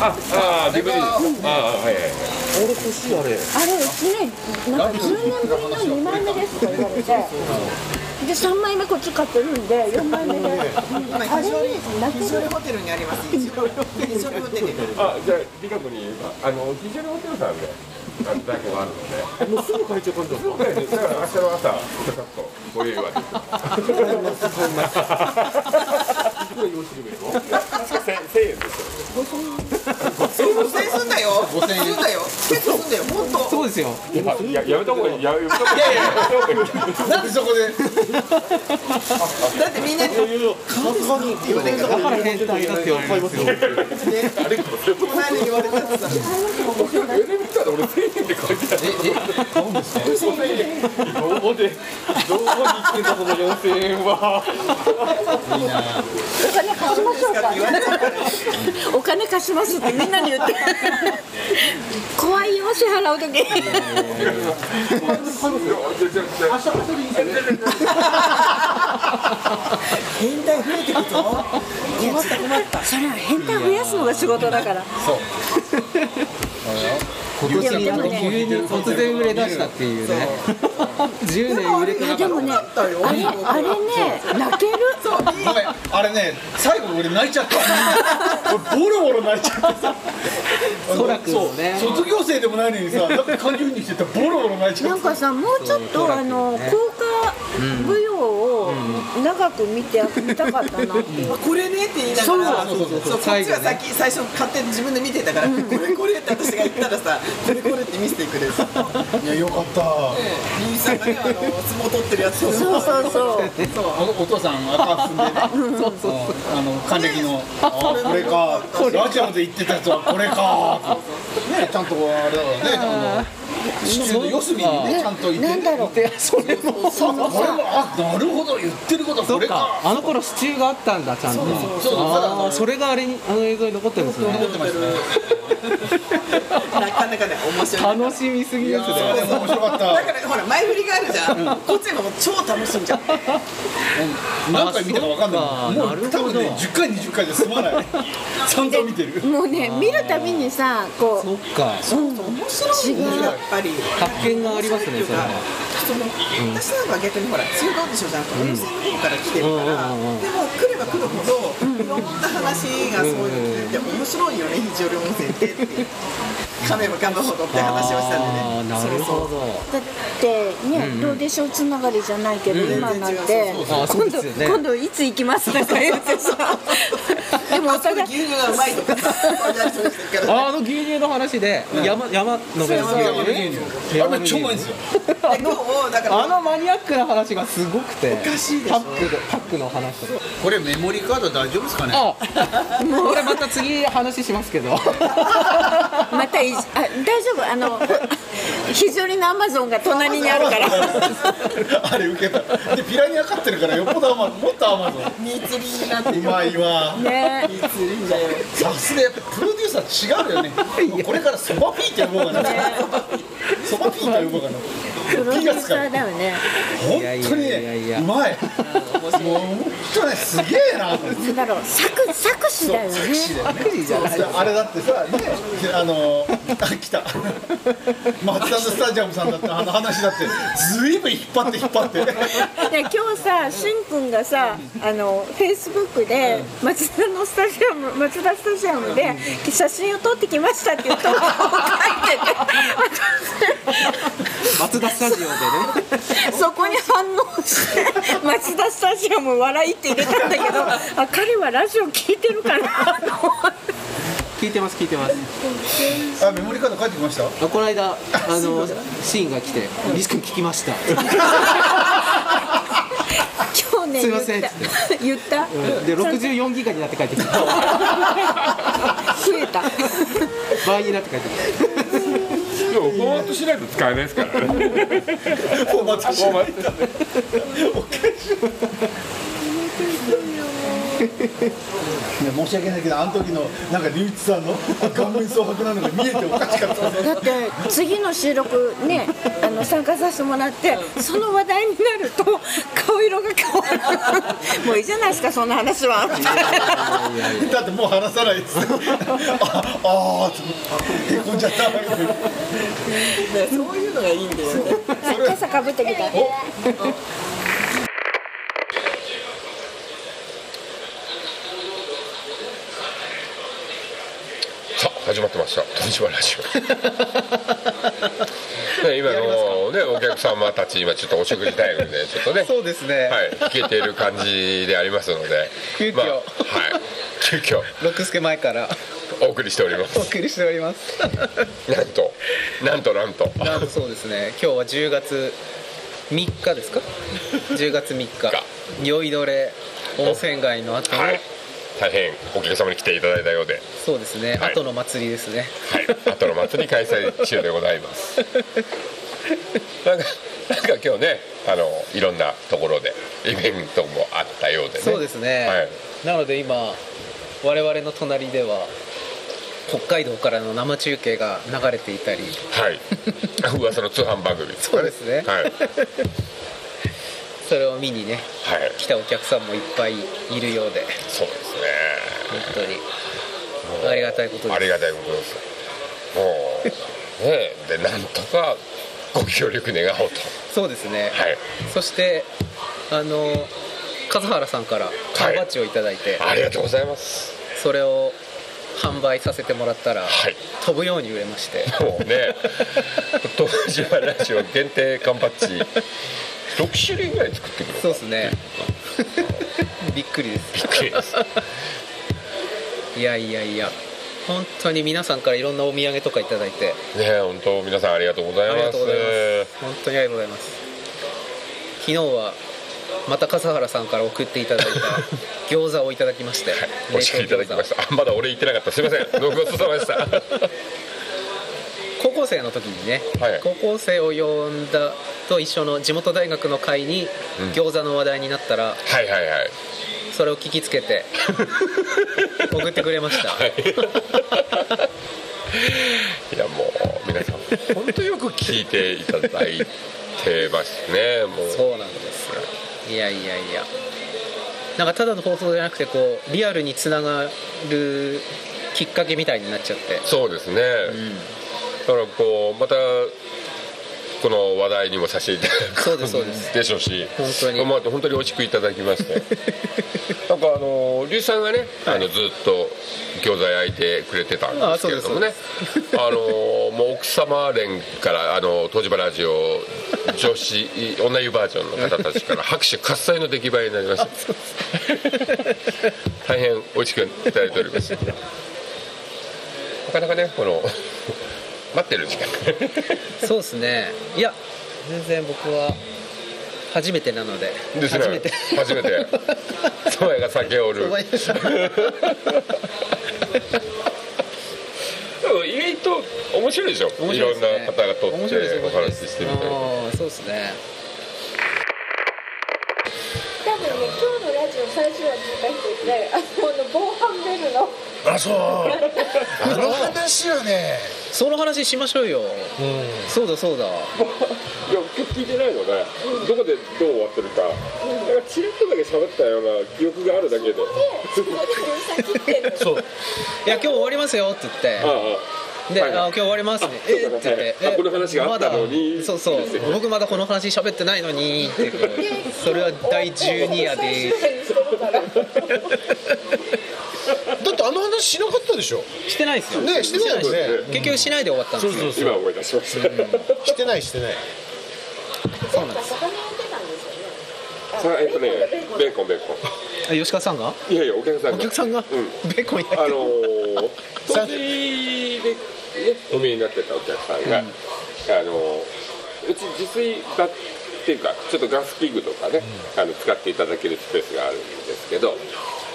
ああ自分でああはいはいはい俺欲しいあれあれうちねなんか10年ぶりの2枚目ですって言われてで3枚目こっち買ってるんで4枚目で今あれに泣非け常るにホテルにあります。非常にホテル。あじゃあリカ子にあの非常にホテルさんであの在庫があるのでもうすぐ買えちゃったんだそうだよねだから明日の朝ちょっとご用意はできいるくら用意すればいいの千千円です五千すんだよ。五千すんだよ。結構すんだよ。本当。そうですよ。よややめた方がいいややめた方がいいなんでそこでだってみんなね。さすがに今年だだかからら変態だって言われるんですよ。あれこの間言われたってさ。エレベーターで俺千円で買いたいどこでどこに行ってたその4000円はお金貸しましょうか言われたから。お金貸しますってみんなに言って怖いよ支払う時じゃじゃじゃ変態増えてくと。困った困った。それは変態増やすのが仕事だから今年いやでもね急に突然売れ出したっていうね。10年売れいてやなかでっもねあれあれね泣けるごめんあれね最後俺泣いちゃった俺ボロボロ泣いちゃってさた。そらくのね。卒業生でもないのにさだって管理員にしてたらボロボロ泣いちゃなっんかさもうちょっとあの効果舞踊を長く見て見たかったなっていうこれねって言いながら、そうそうそうそうこっち最後はね先最初勝手に自分で見てたから、これこれって私が言ったらさ、これこれって見せてくれる。さたいやよかったみゆきさんがねあの相撲取ってるやつを。そうそうそうおお父さん赤踏んでねそうそう。あの還暦のあこれかラジオで言ってたやつはこれかねちゃんとあれだからねあの地球の四隅にねちゃんといてなんだろうでそれも。これもあなるほど言ってることはそこっれかか。あの頃支柱があったんだちゃんと。そうそうああそれがあれにあの映像に残ってるんですね。残ってましたねなかなかね面白い。楽しみすぎですね。あでも面白かっただからほら前振りがあるじゃん。こっちがもう超楽しいじゃん。何回見たかわかんないもあそうかんなもるうほど多分ね10回20回で済まない ちゃんと見てるもうね見るたびにさこそっか。面白いねやっぱり。発見がありますねそれは。その私なんかは逆にほら中道でしょじゃんとお店の方から来てるから、うんでも来れば来るほどいろんな話がそういうのって面白いよね非常に温泉ってっていう噛めば噛むほどって話をしたああんでねなるほど。うだってねどうでしょうつながりじゃないけど今なんてあそう今で度すよね今度いつ行きますとか言って さでもおそれ互い牛乳がうまいとかさそういう話をしてるからあの牛乳の話で山山の牛乳そうそうあれ超うまいんですよで今日だからあのマニアックな話がすごくておかしいでしパょックのパックの話とかこれメモリーカード大丈夫ですかねあこれまた次話しますけどまたいじあ大丈夫あ の非常にのアマゾンが隣にあるから あれ受けたでピラニア飼ってるからよっぽど甘いもっと甘いぞ煮釣りになってうまいわね煮釣りでさすがやっぱプロデューサー違うよねもうこれからそばピーって呼ぼうかなそばピーって呼ぼうかなプロデューサーだよね本いやい当にやいやいやねうまいもう本当ねすげえなと思っなてんだろう作作詞だよね作詞だよね悪意じゃないあれだってさ、ね、あの、あ、来た。 マツダのスタジアムさんだって、あの話だって、ずいぶん引っ張って引っ張って。 いや今日さしんくんがさあのフェイスブックで松田のスタジアム松田スタジアムで写真を撮ってきましたっていう投稿を書いてて松田スタジオでね私そこに反応して松田スタジアム笑いって入れたんだけどあ彼はラジオ聞いてるかなと思って聞いてます聞いてますあ、メモリーカード帰ってきました。あこの間あのシーンが来て「リス君聞きました」今日ねす言いまっせんた言ったで64ギガになって帰ってきた増えた倍になって帰ってきたでもフォーマットしないと使えないですからねフォーマットしフォーマないットおかしい。ね申し訳ないけどあの時のなんか龍一さんの顔面蒼白なのが見えておかしかっただって次の収録ねあの参加させてもらってその話題になると顔色が変わるもういいじゃないですかそんな話はだってもう話さないですああーへこんじゃったねそういうのがいいんだよね今朝かぶってみたさあ始まってました「東芝ラジオ」ね今のねお客様たち今ちょっとお食事タイムでちょっとねそうですね、はい聞けてる感じでありますので急遽まあはい急遽六助前からお送りしておりまおす送りしておりますなんとなんとなんとなんとそうですね今日は10月3日ですか10月3か日酔いどれ温泉街の後の、はい大変お客様に来ていただいたようでそうですね、はい後の祭りですねはい、後の祭り開催中でございます。なんか、なんか今日ね、あの、いろんなところで、イベントもあったようでね。そうですね、はいなので今我々の隣では北海道からの生中継が流れていたり はい。噂の通販番組。そうですね はい。はい。それを見にね来たお客さんもいっぱいいるようでそうです本ね。当にありがたいことですありがたいことです。もう。ねえ、で、なんとか。ご協力願おうと。そうですね、はい。そしてあの笠原さんから缶バッジをいただいて、ありがとうございます。それを販売させてもらったら、はい飛ぶように売れま してもうね。 東芝ラジオ限定缶バッジ。六種類ぐらい作ってくれたそうですね びっくりですびっくりです。いやいやいや本当に皆さんからいろんなお土産とかいただいてねえ本当皆さんありがとうございありますがとうございます本当にありがとうございます昨日はまた笠原さんから送っていた だいた餃子をいただきまして、おしくいただきましたたあまだ俺言ってなかったすいませんごちそうさまでした高校生の時にね、はい高校生を呼んだと一緒の地元大学の会にうん餃子の話題になったら、はいはいはいそれを聞きつ けて送ってくれました、はい いやもう皆さん本当よく聞いていただいてますねもうそうなんですよいやいやいやなんかただの放送じゃなくてこうリアルにつながるきっかけみたいになっちゃってそうですね、だからこうまたこの話題にもさせていただくそうですそ うですでしょうし本当にまあ、本当に美味しくいただきまして なんかあの龍さんがね、あのずっと餃子焼いてくれてたんあであすそうけでれすどもねあのもう奥様連からあの東芝ラジオ女子女湯バージョンの方たちから 拍手喝采の出来栄えになりました大変美味しくいただいておりますなかなかねこの 待ってる時間 そうですねいや全然僕は初めてなのでですね初めて初め てそうやが酒を売るお前でも意外と面白いでしょいろんな方が撮って面白いですねお話ししてみたいなあーそうですね多分ね今日のラジオ最初は聞いた人いないあの防犯ベルのあそうあの話よねその話しましょうよ、そうだそうだいや今日聞いてないのねどこでどう終わってるかなんかチラッとだけ喋ったような記憶があるだけでそこで電車切ってるそういや今日終わりますよって言ってああで、はいはいあ今日終わりますねあえそうーかって言ってはいえあこの話があったのにまだそうそうですよ僕まだこの話喋ってないのにってこうそれは第12夜でだってあの話しなかったでしょしてないですよねしてないよね結局しないで終わったんですよ今思い出しました、してないしてないそうなんです魚焼いてたんですよね さあえっとねベーコンベーコあ吉川さんがンいやいやお客さんがお客さんがうんベーコン焼いてあるのー、当時でねお見えになってたお客さんが、うんあのーうち自炊がっていうかちょっとガス器具とかね、あの使っていただけるスペースがあるんですけど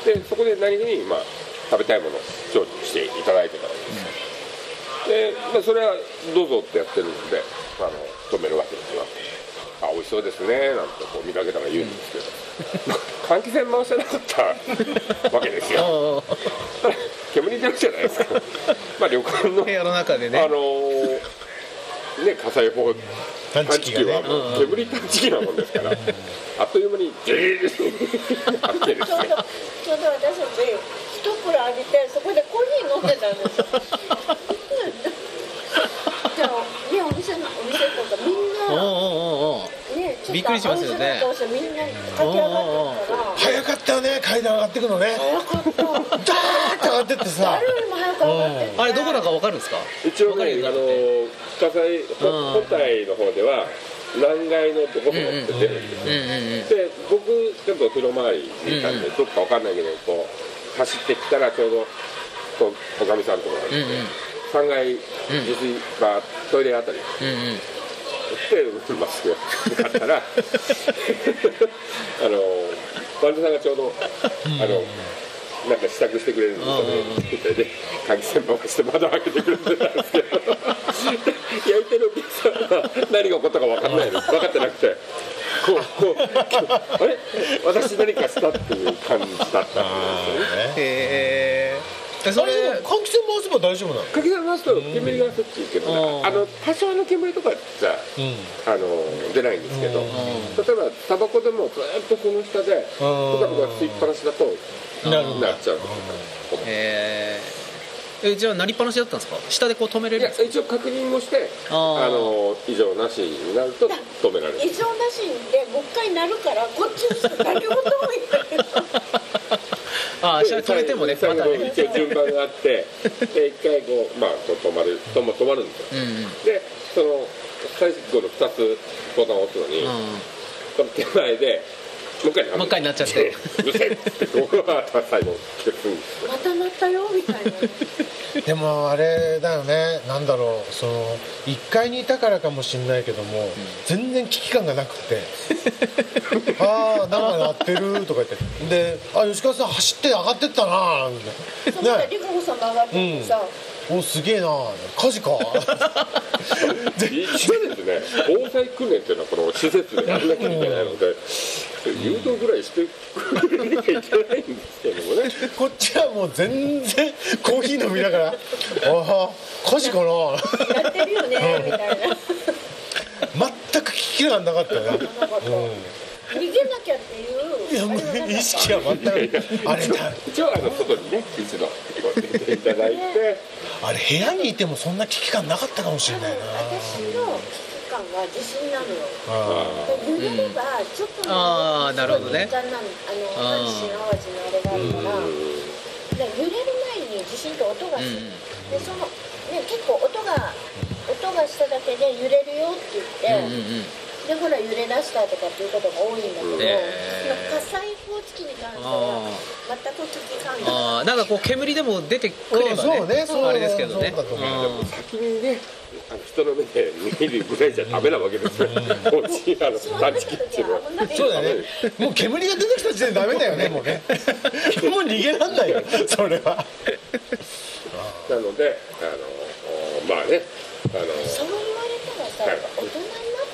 でそこで何気に、まあ、食べたいものを調理していただいてたわけです、で、まあ、それはどうぞってやってるので、あの 止めるわけですよあ美味しそうですねなんてこう見かけたら言うんですけど、換気扇回してなかったわけですよあただ 煙出るじゃない ですかまあ旅館の、あ部屋の中であねのーね火災報探探知知機機がはねもう煙探知機なもんですからあっという間にジーッあってでちょすうね どちょうど私たち一袋あげてそこでコーヒー飲んでたんですよでも ねお店のお店とかみんおうおうなおうおうねちょっとびっくりしますよね青白い顔してみんな駆け上がってるから早かったよね階段上がってくのね早かったダーッと上がってってさ誰よりも早く上がってるあれどこだかわかるんですか一応わかねるよあのー火災うんほ本体の方では何階のどこどこって出るんですようんうんうんで僕ちょっと風呂回りにいたんで、どっかわかんないけどこう走ってきたらちょうどこうおかみさんとかがうんうん3階自炊バートイレあたりうんうん行ってまっすぐ向かったら あのバンドさんがちょうどあのなんか支度してくれるんですよねで換気扇回して窓開けてくれてたんですけど 焼いてるお客さんは何が起こったか分かんないです分かってなくてこう こうあれ私何かしたっていう感じだったんですよねへえそあれでもれ換気扇回せば大丈夫なのかけ算すと煙がそっち行けばうんあの多少の煙とかじゃあの出ないんですけど例えばタバコでもずっとこの下でうんポカポカ吸いっぱなしだとなるほどなっちゃうんですよへーえじゃあなりっぱなしだったんですか下でこう止めれいるんやですか一応確認もしてあーあの異常なしになると止められる異常なしでもう一回なるからこっちの人何事も言ってないああ下で止めてもねま最後たのね一応順番があってで一回こうまあこう止まる止ま止まるんですようんうんでその最後の2つボタンを押すのに、うこの手前でもう一回もう一回なっちゃっ てうるせえってこう最後消すんです またなったよみたいなでもあれだよねなんだろうその1階にいたからかもしれないけども、全然危機感がなくて ああなんか鳴ってるとか言ってで「あ吉川さん走って上がってったな」みたそういだな、ねねリココさんも上がっててさ、おすげえな火事か一応ですね防災訓練っていうのはこの施設でやらなきゃいけないの で誘導ぐらいしてくれなきゃいけないんですけどもねこっちはもう全然コーヒー飲みながら「ああ火事かなやってるよねみたいな。」全く危機感なか ったよね逃げなきゃっていいうやもあれはうな意かっ識は全くあれだ一応あの外にね一度こう出ていただいてあれ部屋にいてもそんな危機感なかったかもしれたないな私の危機感は地震なのよあ揺れればちょっとのあーなるほどねすごい敏感なのあうんの阪神・淡路のあれがあるからだから揺れる前に地震って音がする、うんでそのね結構音が音がしただけで揺れるよって言って、うんうんうんでほら揺れ出したとかっていうことが多いんだけど、えーその火災報知器に関しては全く危機感があーなんかこう煙でも出てくればうんそうねねそうあれですけどねそうだとうん先にねあの人の目で見るぐらいじゃダメなわけですよこっちあの探知機っていうのは危な いそうだよねもう煙が出てきた時点でダメだよ ねもうねもう逃げらんないよ それはなのであのまあねあそのの言われたらさ、はい大人になっ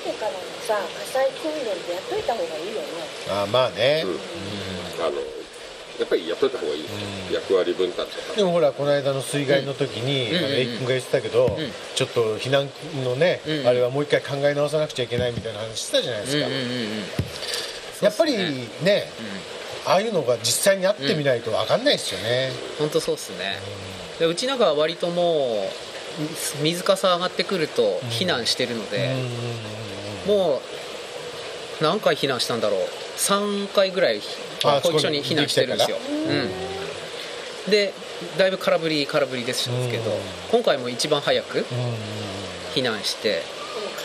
てからのさ火災訓練ってやっといた方がいいよねあーまあね、あのやっぱりやっといた方がいいです、役割分担とかでもほらこの間の水害の時にんうんうんエイ君が言ってたけど、ちょっと避難のね、うんあれはもう一回考え直さなくちゃいけないみたいな話してたじゃないですうんか、うんうんやっぱりね、ああいうのが実際にあってみないと分かんないですよね、本当そうっすねでうちなんかは割ともう水かさ上がってくると避難してるので、もう何回避難したんだろう3回ぐらいあ保育所に避難してるんですよ、うん、でだいぶ空振り空振りですけど、うん今回も一番早くうんうんうん避難してでも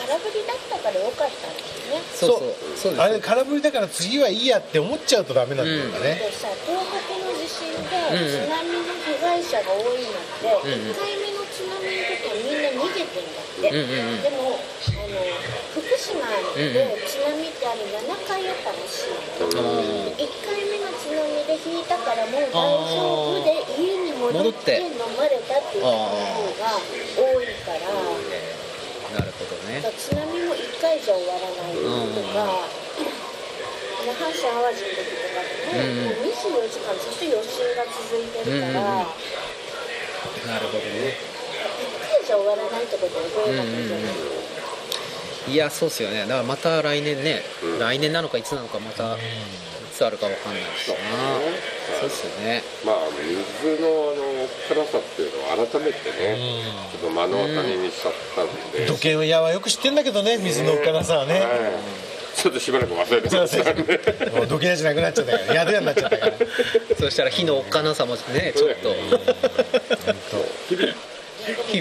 空振りだったからよかったんですよねそうそうそうあでれす空振りだから次はいいやって思っちゃうとダメなんだよね、でさ東北の地震んでうん津波の被害者が多いのっうて、んうん1回目の津波の時はみんな逃げてんだって、うんうんうんでもあの福島で津波ってあれ7回あったらしいの、あの1回目の津波で引いたからもう大丈夫で家に戻って飲まれたっていう人の方が多いからなるほどね津波も1回じゃ終わらないとか、の阪神・淡路の時とかでも,、もう24時間ずっと予習が続いてるから、なるほどね一回じゃ終わらないってことは覚えなきゃいけない、いやそうっすよねだからまた来年ね、来年なのかいつなのかまたいつあるかわかんないしなそうっすよねまあ、水のあの辛さっていうのを改めてね、ちょっと目の当たりにしちゃったんで、土建屋はよく知ってんだけどね水の深さはねはいちょっとしばらく忘れてましたね。もう土建屋じゃなくなっちゃったから宿屋になっちゃったからそしたら火のおっかなさもねちょっと日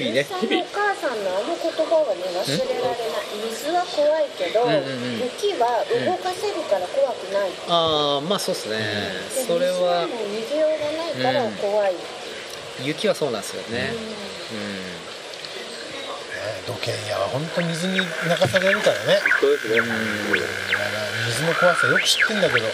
々ねさんのお母さんのあの言葉はね忘れられない水は怖いけど、雪は動かせるから怖くない、ああまあそうっすね、でそれは水はもう逃げようがないから怖い、雪はそうなんですよね土建屋は本当水に流されるからねそうですね。だから水の怖さよく知ってんだけど、